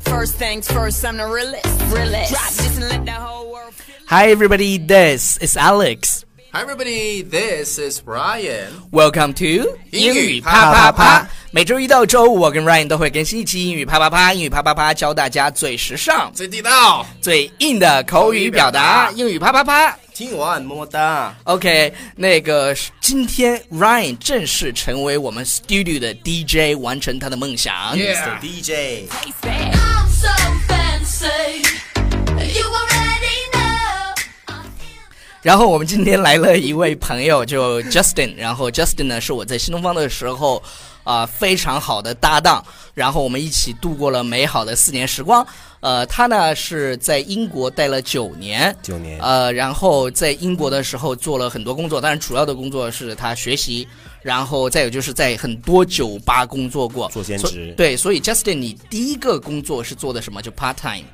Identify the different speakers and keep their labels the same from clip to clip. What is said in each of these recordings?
Speaker 1: First things first, I'm the realest. realest. Drop this and let the whole world feel
Speaker 2: Hi, everybody. This is Alex.
Speaker 3: Hi everybody, this is Brian。
Speaker 2: Welcome to
Speaker 3: 英语啪啪啪。
Speaker 2: 每周一到周五，我跟 Ryan 都会更新一期英语啪啪啪。英语啪啪啪教大家最时尚、
Speaker 3: 最地道，
Speaker 2: 最硬的口语表达。
Speaker 3: 口语表达
Speaker 2: 英语啪啪啪。
Speaker 3: 听完么么哒。
Speaker 2: OK，那个今天 Ryan 正式成为我们 Studio 的 DJ，完成他的梦想。
Speaker 3: Mr. DJ，
Speaker 1: tastes bad.
Speaker 4: I'm so fancy. You already know. I'm in
Speaker 2: 然后我们今天来了一位朋友，就 Justin。然后 Justin 呢，是我在新东方的时候，啊、非常好的搭档。然后我们一起度过了美好的四年时光。呃，他呢是在英国待了九年，
Speaker 3: 九年
Speaker 2: 呃，然后在英国的时候做了很多工作，当然主要的工作是他学习，然后再有就是在很多酒吧工作过，
Speaker 5: 做兼
Speaker 2: 所
Speaker 5: 职
Speaker 2: 对，所以 Justin，你第一个工作是做的什么？就 part time。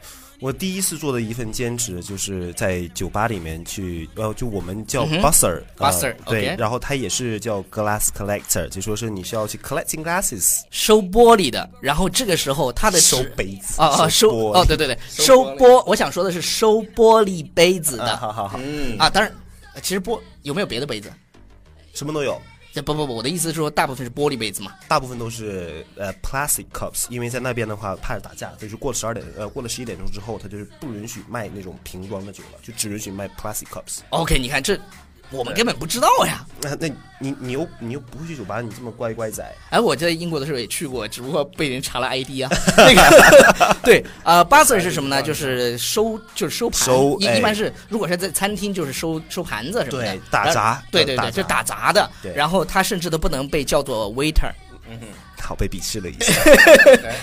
Speaker 5: 我第一次做的一份兼职，就是在酒吧里面去，呃，就我们叫 busser，busser，、
Speaker 2: 嗯 Busser，
Speaker 5: 对
Speaker 2: OK
Speaker 5: 然后它也是叫 glass collector，就说是你需要去 collecting glasses，
Speaker 2: 收玻璃的，然后这个时候他的
Speaker 5: 收
Speaker 2: 职
Speaker 5: 杯子，
Speaker 2: 哦哦，收
Speaker 5: 玻璃
Speaker 2: 哦，对，对对，收玻，我想说的是收玻璃杯子
Speaker 5: 啊，
Speaker 2: 的
Speaker 5: 好好好，
Speaker 2: 啊。当然，呃其实玻有没有别的杯子？
Speaker 5: 什么都有，
Speaker 2: 这不不不，我的意思是说，大部分是玻璃杯子嘛。
Speaker 5: 大部分都是呃 plastic cups，因为在那边的话怕打架，所以就过了十二点，呃，过了十一点钟之后，它就是不允许卖那种瓶装的酒了，就只允许卖 plastic cups。
Speaker 2: OK，你看这，我们根本不知道呀。
Speaker 5: 那、那你你又你又不会去酒吧，你这么乖乖仔，
Speaker 2: 哎，我在英国的时候也去过，只不过被人查了 ID 啊。那个，对，呃，buzzer 是什么呢？就是收，就是收盘。
Speaker 5: 收
Speaker 2: 一
Speaker 5: 哎
Speaker 2: 一般是，如果是在餐厅，就是收收盘子什么的。
Speaker 5: 对打
Speaker 2: 然后
Speaker 5: 杂嗯
Speaker 2: 对对
Speaker 5: 打
Speaker 2: 对，
Speaker 5: 杂
Speaker 2: 就打杂的。
Speaker 5: 对
Speaker 2: 然后他甚至都不能被叫做 waiter，
Speaker 5: 好被鄙视了一下。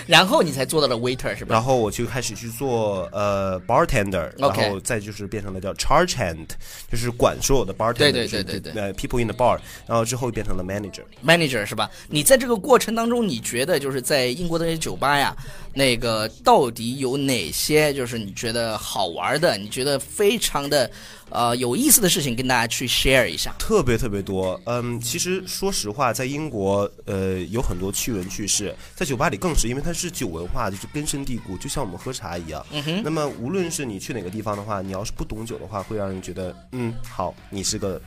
Speaker 2: 然后你才做到了 waiter 是吧？
Speaker 5: 然后我就开始去做呃 bartender，然
Speaker 2: OK
Speaker 5: 后再就是变成了叫 charge hand，就是管所有的 bartender，
Speaker 2: 对对
Speaker 5: 就是
Speaker 2: 对对对
Speaker 5: 呃 people in the bar，然后之后变成了 manager。
Speaker 2: manager 是吧？你在这个过程当中，你觉得就是在英国的那些酒吧呀，那个到底有哪些就是你觉得好玩的，你觉得非常的呃有意思的事情跟大家去 share 一下？
Speaker 5: 特别特别多，嗯，其实说实话，在英国，呃，有很多趣闻趣事，在酒吧里更是，因为它是酒文化，就是根深蒂固，就像我们喝茶一样。嗯哼。那么，无论是你去哪个地方的话，你要是不懂酒的话，会让人觉得，嗯，好，你是个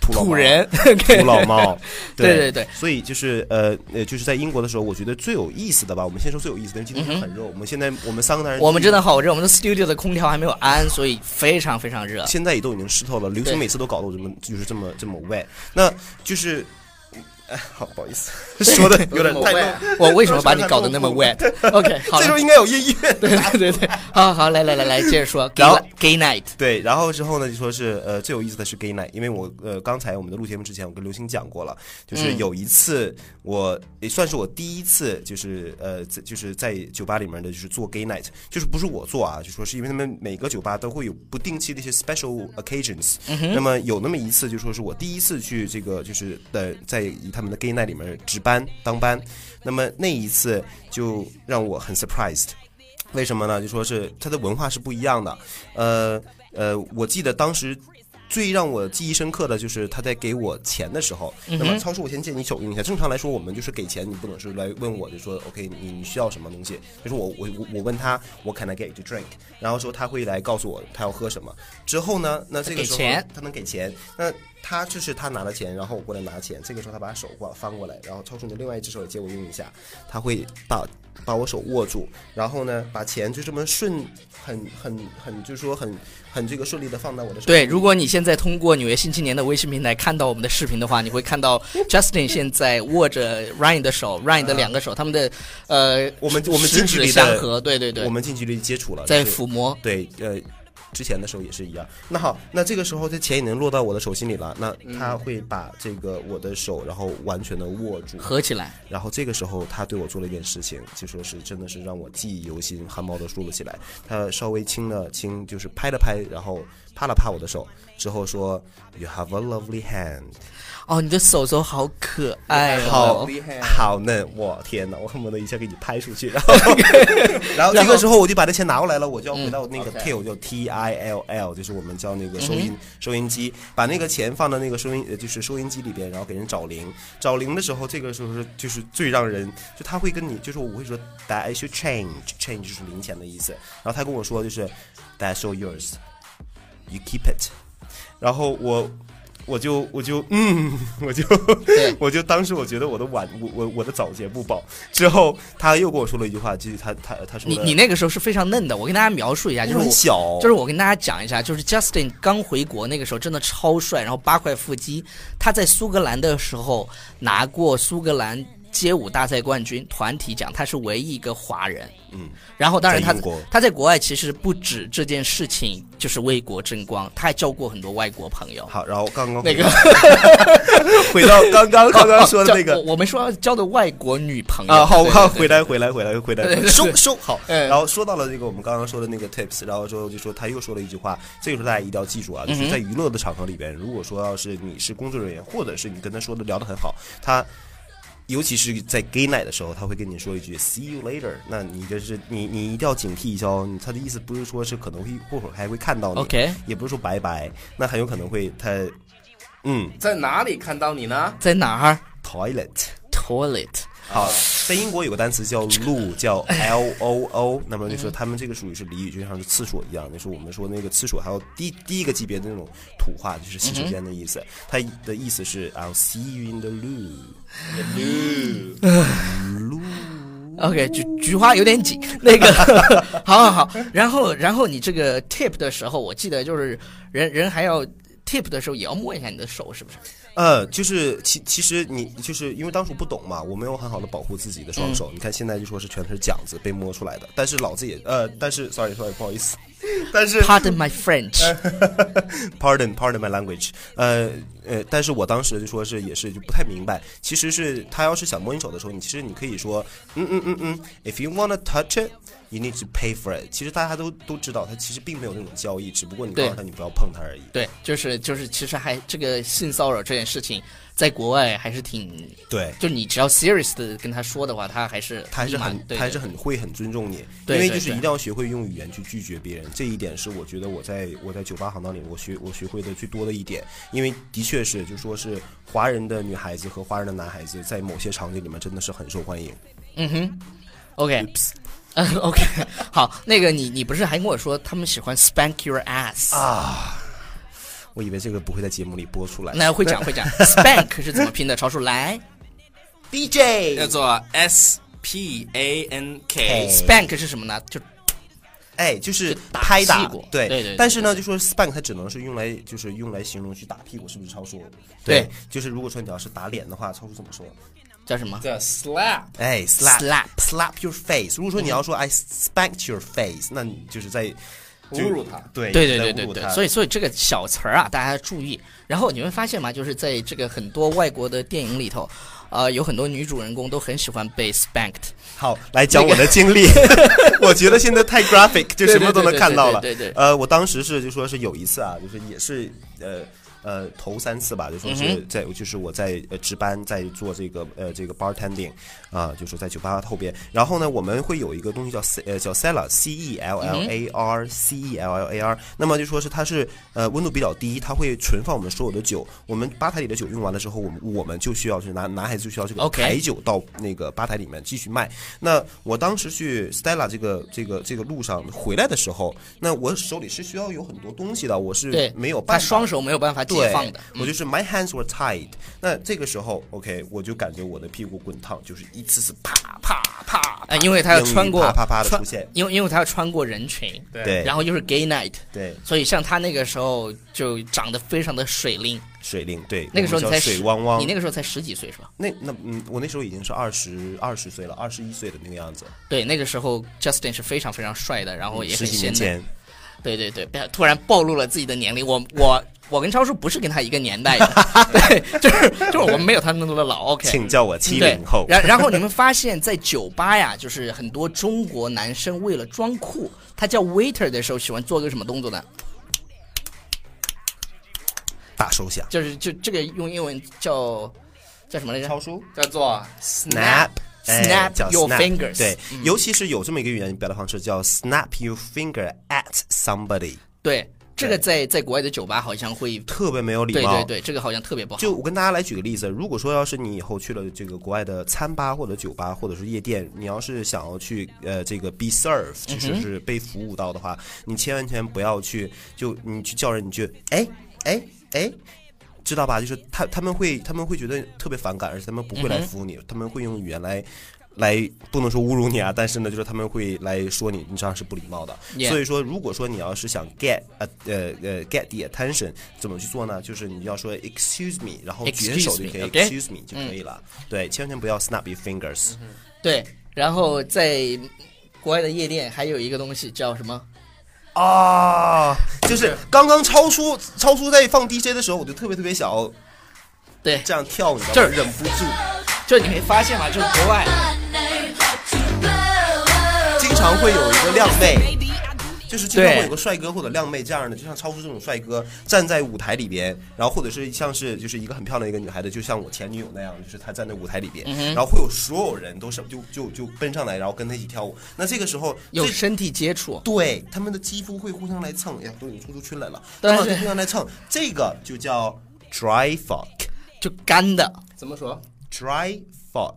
Speaker 5: 土老
Speaker 2: 土
Speaker 5: 毛
Speaker 2: 人，
Speaker 5: 土老帽，
Speaker 2: 对对对
Speaker 5: 所以就是呃呃，就是在英国的时候，我觉得最有意思的吧，我们先说最有意思的，因为今天天很热，我们现在我们三个男 人，
Speaker 2: 嗯我们真的好热，我们的 studio 的空调还没有安，所以非常非常热。
Speaker 5: 现在也都已经湿透了，流
Speaker 2: 对
Speaker 5: 行每次都搞得我这么就是这么这么 wet，那就是。哎，好，不好意思， 说的有点太多。
Speaker 2: 我为什么把你搞得那么 wet？OK，、好
Speaker 5: 这时候
Speaker 2: 了，
Speaker 5: 应该有音乐。
Speaker 2: 对对对对，好好来来来来，接着说，gay
Speaker 5: 然后
Speaker 2: gay night。
Speaker 5: 对，然后之后呢，就说是呃最有意思的是 gay night，因为我呃刚才我们的录节目之前，我跟刘星讲过了，就是有一次我也算是我第一次，就是呃在就是在酒吧里面的，就是做 gay night，就是不是我做啊，就说是因为他们每个酒吧都会有不定期的一些 special occasions，、那么有那么一次就说是我第一次去这个就是呃在以他们的 gay night 里面值班当班，那么那一次就让我很 surprised。为什么呢？就说是它的文化是不一样的。呃呃，我记得当时最让我记忆深刻的就是他在给我钱的时候。
Speaker 2: 嗯
Speaker 5: 那么超叔，我先借你手用一下。正常来说，我们就是给钱，你不能是来问我，就说 OK，你你需要什么东西？就是我我我我问他我 can I get you to drink，然后说他会来告诉我他要喝什么。之后呢，那这个时候
Speaker 2: 给钱
Speaker 5: 他能给钱，那。他就是他拿了钱，然后我过来拿钱。这个时候他把手过翻过来，然后超出你的另外一只手也借我用一下。他会把把我手握住，然后呢，把钱就这么顺，很很很，就是说很很这个顺利的放在我的手里。
Speaker 2: 对，如果你现在通过《纽约新青年》的微信平台看到我们的视频的话，你会看 到 Justin 现在握着 Ryan 的手，Ryan 的两个手，他们的呃，
Speaker 5: 啊我们我们
Speaker 2: 十
Speaker 5: 近距
Speaker 2: 指
Speaker 5: 离
Speaker 2: 相
Speaker 5: 的
Speaker 2: 合，对对对，
Speaker 5: 我们近距离接触了，
Speaker 2: 在
Speaker 5: 就是
Speaker 2: 抚摸。
Speaker 5: 对，呃，之前的时候也是一样。那好，那这个时候这钱已经落到我的手心里了，那他会把这个我的手，然后完全的握住，
Speaker 2: 合起来，
Speaker 5: 然后这个时候，他对我做了一件事情，就说是真的是让我记忆犹新，汗毛都竖了起来。他稍微亲了亲，就是拍了拍，然后拍了拍我的手，之后说 You have a lovely hand，
Speaker 2: 哦，你的手手好可爱
Speaker 5: 好
Speaker 2: 哦！
Speaker 5: 好嫩，我天哪，我恨不得一下给你拍出去。然后， 然后这个时候我就把这钱拿过来了，我就要回到那个 till，就 T I L L，就是我们叫那个收音收音机，把那个钱放到那个收音呃就是收音机里边，然后给人找零。找零的时候，这个时候是就是最让人就他会跟你就是我会说 that I should change change 就是零钱的意思，然后他跟我说就是 that's all yours。You keep it。然后我我就我就嗯，我就 我就当时我觉得我的晚我我我的早节不保。之后他又跟我说了一句话，就是他他他说
Speaker 2: 你
Speaker 5: 了
Speaker 2: 你那个时候是非常嫩的，我跟大家描述一下，就是
Speaker 5: 很
Speaker 2: 我
Speaker 5: 小，
Speaker 2: 就是我跟大家讲一下，就是 Justin 刚回国那个时候真的超帅，然后八块腹肌。他在苏格兰的时候拿过苏格兰街舞大赛冠军团体奖，他是唯一一个华人。
Speaker 5: 嗯，
Speaker 2: 然后当然
Speaker 5: 在
Speaker 2: 他
Speaker 5: 英国
Speaker 2: 他在国外其实不止这件事情就是为国争光，他还交过很多外国朋 友。
Speaker 5: 好，然后刚刚
Speaker 2: 那 个
Speaker 5: 回到 刚刚刚刚说的那
Speaker 2: 哦
Speaker 5: 个
Speaker 2: 我我们说要交的外国女朋友
Speaker 5: 啊，好，
Speaker 2: 对
Speaker 5: 我回来回来回来回
Speaker 2: 对对
Speaker 5: 来，
Speaker 2: 对
Speaker 5: 收收好。
Speaker 2: 嗯
Speaker 5: 然后说到了这个我们刚刚说的那个 tips，然后之后就说他又说了一句话，这个时候大家一定要记住
Speaker 2: 嗯
Speaker 5: 啊，就是在娱乐的场合里边，如果说要是你是工作人员，或者是你跟他说的聊得很好，他。尤其是在 gay night 的时候，他会跟你说一句 “see you later”，那你就是你你一定要警惕一下哦。他的意思不是说是可能会过会儿还会看到你
Speaker 2: OK
Speaker 5: 也不是说拜拜，那很有可能会他嗯
Speaker 3: 在哪里看到你呢？
Speaker 2: 在哪儿
Speaker 5: toilet。
Speaker 2: ？Toilet。
Speaker 5: 好，在英国有个单词叫 loo，叫 l o o，那么就说他们这个属于是俚语，就像是厕所一样，就是我们说那个厕所，还有第第一个级别的那种土话，就是洗手间的意思。它的意思是 I'll see you in the loo，
Speaker 2: OK，菊菊花有点紧，那个， 好好好。然后，然后你这个 tip 的时候，我记得就是人人还要 tip 的时候也要摸一下你的手，是不是？
Speaker 5: 呃，就是其其实你就是因为当初不懂嘛，我没有很好的保护自己的双手。你看现在就说是全是茧子被摸出来的，但是老子也呃，但是 sorry sorry 不好意思，但是
Speaker 2: Pardon my French，
Speaker 5: pardon pardon my language，呃呃，但是我当时就说是也是就不太明白，其实是他要是想摸你手的时候，你其实你可以说，嗯嗯嗯嗯，if you wanna touch it。You need to pay for it。其实大家都都知道，它其实并没有那种交易，只不过你告诉
Speaker 2: 对
Speaker 5: 他你不要碰它而已。
Speaker 2: 对，就是就是，其实还这个性骚扰这件事情，在国外还是挺，
Speaker 5: 对，
Speaker 2: 就你只要 serious 的跟他说的话，他还是
Speaker 5: 他还是很，
Speaker 2: 对
Speaker 5: 他还是很会很尊重你，因
Speaker 2: 对
Speaker 5: 为
Speaker 2: 对
Speaker 5: 就是一
Speaker 2: 对
Speaker 5: 定要学会用语言去拒绝别人，这一点是我觉得我在我在酒吧行当里我学我学会的最多的一点，因为的确是就说是华人的女孩子和华人的男孩子在某些场景里面真的是很受欢迎。
Speaker 2: 嗯哼，OK，嗯 OK，好，那个你你不是还跟我说他们喜欢 spank your ass 啊？
Speaker 5: 我以为这个不会在节目里播出来。
Speaker 2: 那会讲会讲 spank 是怎么拼的？ 超叔来。
Speaker 3: 叫做 S P A N
Speaker 5: K
Speaker 3: K。
Speaker 2: spank 是什么呢？就
Speaker 5: 哎，就是
Speaker 2: 打
Speaker 5: 拍打，
Speaker 2: 屁股
Speaker 5: 对
Speaker 2: 对对对
Speaker 5: 但是呢，就说 spank 它只能是用来就是用来形容去打屁股，是不是超叔？
Speaker 2: 对
Speaker 5: 就是如果说你要是打脸的话，超叔怎么说？
Speaker 2: 叫什么？
Speaker 3: 叫 slap。
Speaker 5: 哎 slap
Speaker 2: Slap
Speaker 5: slap your face。如果说你要说 I spanked your face，那你就是在就
Speaker 3: 侮辱他
Speaker 5: 对
Speaker 2: 对对对对对，所
Speaker 5: 以
Speaker 2: 以所以这个小词儿啊，大家注意。然后你会发现嘛，就是在这个很多外国的电影里头，呃，有很多女主人公都很喜欢被 spanked。
Speaker 5: 好来讲我的经历。 我觉得现在太 graphic，就什么都能看到了。
Speaker 2: 对对对对对对
Speaker 5: 呃，我当时是就说是有一次啊，就是也是呃。呃，头三次吧，就说
Speaker 2: 嗯
Speaker 5: 是在，就是我在呃值班，在做这个呃这个 bartending，啊、就是在酒吧后边。然后呢，我们会有一个东西叫 C 呃叫 cellar C E L L A R C E L L A
Speaker 2: 嗯
Speaker 5: R，那么就说是它是呃温度比较低，它会存放我们所有的酒。我们吧台里的酒用完了之后，我们我们就需要去拿男孩子就需要去给
Speaker 2: OK
Speaker 5: 抬酒到那个吧台里面继续卖。那我当时去 Stella 这个这个这个路上回来的时候，那我手里是需要有很多东西的，我
Speaker 2: 对
Speaker 5: 是，没有
Speaker 2: 她
Speaker 5: 办法
Speaker 2: 双手没有办法
Speaker 5: 对，
Speaker 2: 解放的。嗯
Speaker 5: 我就是 my hands were tied。那这个时候，OK，我就感觉我的屁股滚烫，就是一次次啪啪啪啪
Speaker 2: 呃，因为她要穿过
Speaker 5: 英语啪啪啪的
Speaker 2: 穿
Speaker 5: 出现，
Speaker 2: 因为因为她要穿过人群，
Speaker 5: 对
Speaker 2: 然后又是 gay night，
Speaker 5: 对
Speaker 2: 所以像她那个时候就长得非常的水灵。
Speaker 5: 水灵，对，
Speaker 2: 那个时候
Speaker 5: 我
Speaker 2: 你
Speaker 5: 们叫
Speaker 2: 才
Speaker 5: 水
Speaker 2: 十
Speaker 5: 汪汪。
Speaker 2: 你那个时候才十几岁是吧？
Speaker 5: 那那嗯，我那时候已经是二十二十岁了，二十一岁的那个样子，
Speaker 2: 对，那个时候 Justin 是非常非常帅的，然后也
Speaker 5: 嗯十
Speaker 2: 很
Speaker 5: 几年
Speaker 2: 鲜嫩。
Speaker 5: 前。
Speaker 2: 对对对，不要突然暴露了自己的年龄。我我我跟超叔不是跟他一个年代的， 对，就是就是我们没有他那么 老。OK，
Speaker 5: 请叫我七
Speaker 2: 对
Speaker 5: 零后，。
Speaker 2: 然然后你们发现，在酒吧呀，就是很多中国男生为了装酷，他叫 waiter 的时候喜欢做个什么动作呢？
Speaker 5: 大收响。
Speaker 2: 就是就这个用英文叫叫什么来着？
Speaker 5: 书
Speaker 2: 叫做
Speaker 5: snap。哎
Speaker 2: Snap
Speaker 5: 叫
Speaker 2: your
Speaker 5: snap,
Speaker 2: fingers 嗯
Speaker 5: 对，尤其是有这么一个语言表达方式叫 snap your finger at somebody，
Speaker 2: 对，这个在在国外的酒吧好像会，
Speaker 5: 特别没有礼
Speaker 2: 对
Speaker 5: 貌。
Speaker 2: 对对，这个好像特别不好。
Speaker 5: 就我跟大家来举个例子，如果说要是你以后去了这个国外的餐吧或者酒吧或者是夜店，你要是想要去呃这个 be served，就是
Speaker 2: 嗯
Speaker 5: 是被服务到的话，你千万千万不要去就你去叫人你去哎哎哎。知道吧？就是他他们会他们会觉得特别反感，而且他们不会
Speaker 2: 嗯
Speaker 5: 来服务你，他们会用语言来来不能说侮辱你啊，但是呢，就是他们会来说你，你这样是不礼貌的。
Speaker 2: Yeah
Speaker 5: 所以说，如果说你要是想 get 呃呃呃 get the attention，怎么去做呢？就是你要说 excuse me，然后举手就可
Speaker 2: Excuse
Speaker 5: 以
Speaker 2: me, 嗯 okay？
Speaker 5: excuse me 就可以了。对，千万不要 snap your fingers。
Speaker 2: 嗯对，然后在国外的夜店还有一个东西叫什么？
Speaker 5: 啊，就是刚刚超叔超叔在放 DJ 的时候，我就特别特别想要
Speaker 2: 对，
Speaker 5: 这样跳，你知
Speaker 2: 就
Speaker 5: 道
Speaker 2: 是
Speaker 5: 吗？忍不住。
Speaker 2: 就你没发现吗？就是国外，
Speaker 5: 经常会有一个靓妹，就是经常
Speaker 2: 对
Speaker 5: 会有个帅哥或者靓妹这样的，就像超叔这种帅哥站在舞台里边，然后或者是像是就是一个很漂亮一个女孩子，就像我前女友那样，就是她站在舞台里边，
Speaker 2: 嗯
Speaker 5: 然后会有所有人都是就就就奔上来，然后跟她一起跳舞。那这个时候
Speaker 2: 有
Speaker 5: 这
Speaker 2: 身体接触，
Speaker 5: 对他们的肌肤会互相来蹭，哎呀，都已经说出圈来了，
Speaker 2: 对
Speaker 5: 他们
Speaker 2: 对
Speaker 5: 就互相来蹭，这个就叫 dry fuck，dry
Speaker 2: 就干的。怎么说
Speaker 5: fuck，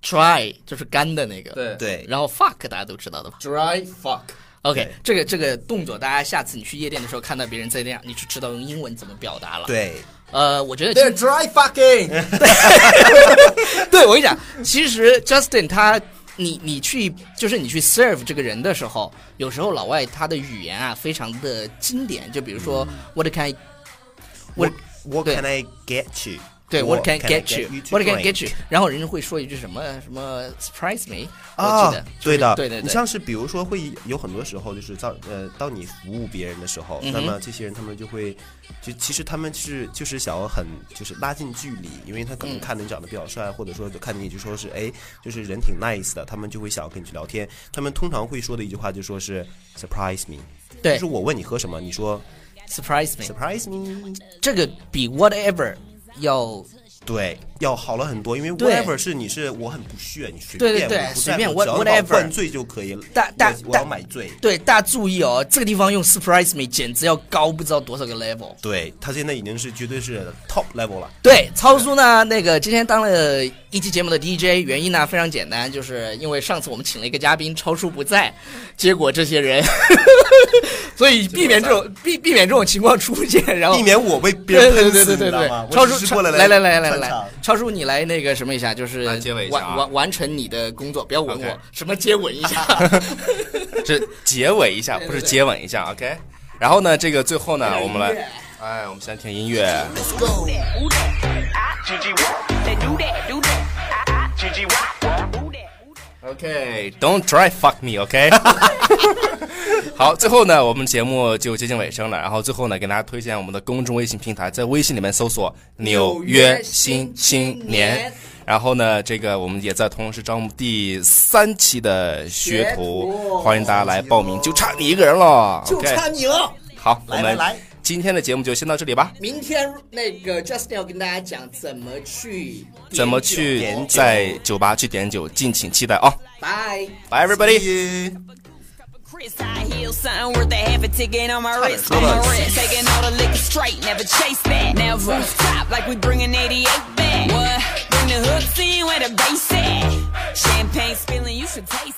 Speaker 2: ？Try 就是干的那个，
Speaker 3: 对
Speaker 5: 对
Speaker 2: 然后 fuck 大家都知道的吧
Speaker 3: Dry fuck，
Speaker 2: ？OK，
Speaker 5: 对
Speaker 2: 这个这个动作，大家下次你去夜店的时候看到别人在那样，你就知道用英文怎么表达了。，
Speaker 5: 对，
Speaker 2: 呃，我觉得其实
Speaker 3: they're dry fucking，
Speaker 2: 对，我跟你讲， 其实 Justin 他，你你去就是你去 serve 这个人的时候，有时候老外他的语言啊非常的经典，就比如说 What can I, what
Speaker 5: 我 what
Speaker 2: 对
Speaker 5: can I get you？
Speaker 2: 对 What can I
Speaker 5: I
Speaker 2: get you,
Speaker 5: to
Speaker 2: What can I
Speaker 5: drink？
Speaker 2: get you？然后人家会说一句什么什么 surprise me，我
Speaker 5: 啊
Speaker 2: 记得，
Speaker 5: 对的，
Speaker 2: 对对
Speaker 5: 你
Speaker 2: 对
Speaker 5: 像是比如说会有很多时候就是到呃，当你服务别人的时
Speaker 2: 嗯
Speaker 5: 候，那么这些人他们就会，就其实他们是就是想要很就是拉近距离，因为他可
Speaker 2: 嗯
Speaker 5: 能看着你长得比较帅，或者说就看你就说是哎，就是人挺 nice 的，他们就会想要跟你去聊天。他们通常会说的一句话就说是 surprise me，就
Speaker 2: 对
Speaker 5: 是我问你喝什么，你说
Speaker 2: surprise me，
Speaker 5: surprise me，
Speaker 2: 这个比 whatever 要
Speaker 5: 对，要好了很多，因为
Speaker 2: 对
Speaker 5: whatever 是你是我很不屑，你随
Speaker 2: 对
Speaker 5: 便
Speaker 2: 对对
Speaker 5: 我不
Speaker 2: 随
Speaker 5: 在
Speaker 2: 便
Speaker 5: 乎
Speaker 2: what-
Speaker 5: 只要能
Speaker 2: whatever
Speaker 5: 把我灌醉就可以了，
Speaker 2: 大大
Speaker 5: 我我要
Speaker 2: 大
Speaker 5: 买醉。
Speaker 2: 对大家注意哦，这个地方用 surprise me 简直要高不知道多少个 level。
Speaker 5: 对他现在已经是绝对是 top level 了。
Speaker 2: 对，超叔呢，那个今天当了一期节目的 DJ，原因呢非常简单，就是因为上次我们请了一个嘉宾，超叔不在，结果这些人， 所以避免这种避避免这种情况出现，然后
Speaker 5: 避免我被别
Speaker 2: 对
Speaker 5: 人
Speaker 2: 哦对
Speaker 5: 喷
Speaker 2: 对
Speaker 5: 死，
Speaker 2: 对
Speaker 5: 你
Speaker 2: 对
Speaker 5: 知道
Speaker 2: 对
Speaker 5: 吗，？
Speaker 2: 超
Speaker 5: 我只
Speaker 2: 叔
Speaker 5: 是过来
Speaker 2: 来来来来
Speaker 5: 来
Speaker 2: 来，超叔你来那个什么一下，就是
Speaker 3: 来接吻一下啊
Speaker 2: 完完完成你的工作，不要吻我
Speaker 3: OK
Speaker 2: 什么接吻一下，
Speaker 3: 这结尾一下，不是接吻一下，OK。然后呢，这个最后呢，我们来，哎，我们先听音乐。OK，Don't、try fuck me，OK、好，最后呢，我们节目就接近尾声了。然后最后呢，给大家推荐我们的公众微信平台，在微信里面搜索“纽约新青年”。然后呢，这个我们也在同时招募第三期的学徒，欢迎大家来报名，就差你一个人了。
Speaker 2: 就
Speaker 3: OK，
Speaker 2: 差你了。
Speaker 3: 好，我
Speaker 5: 来
Speaker 3: 们
Speaker 5: 来来
Speaker 3: 今天的节目就先到这里吧。
Speaker 2: 明天那个 Justin 要跟大家讲怎么去点
Speaker 3: 怎么
Speaker 2: 酒
Speaker 3: 去
Speaker 5: 点酒
Speaker 3: 在酒吧去点酒，敬请期待啊！
Speaker 2: 拜。
Speaker 3: Bye everybody。
Speaker 1: Chris, I heal something worth a half a ticket on my wrist. On my wrist, taking all the liquor straight, never chase that. Never stop like we bringing 88 back. What? Bring the hooks in where the bass at. Champagne spilling, you should taste it.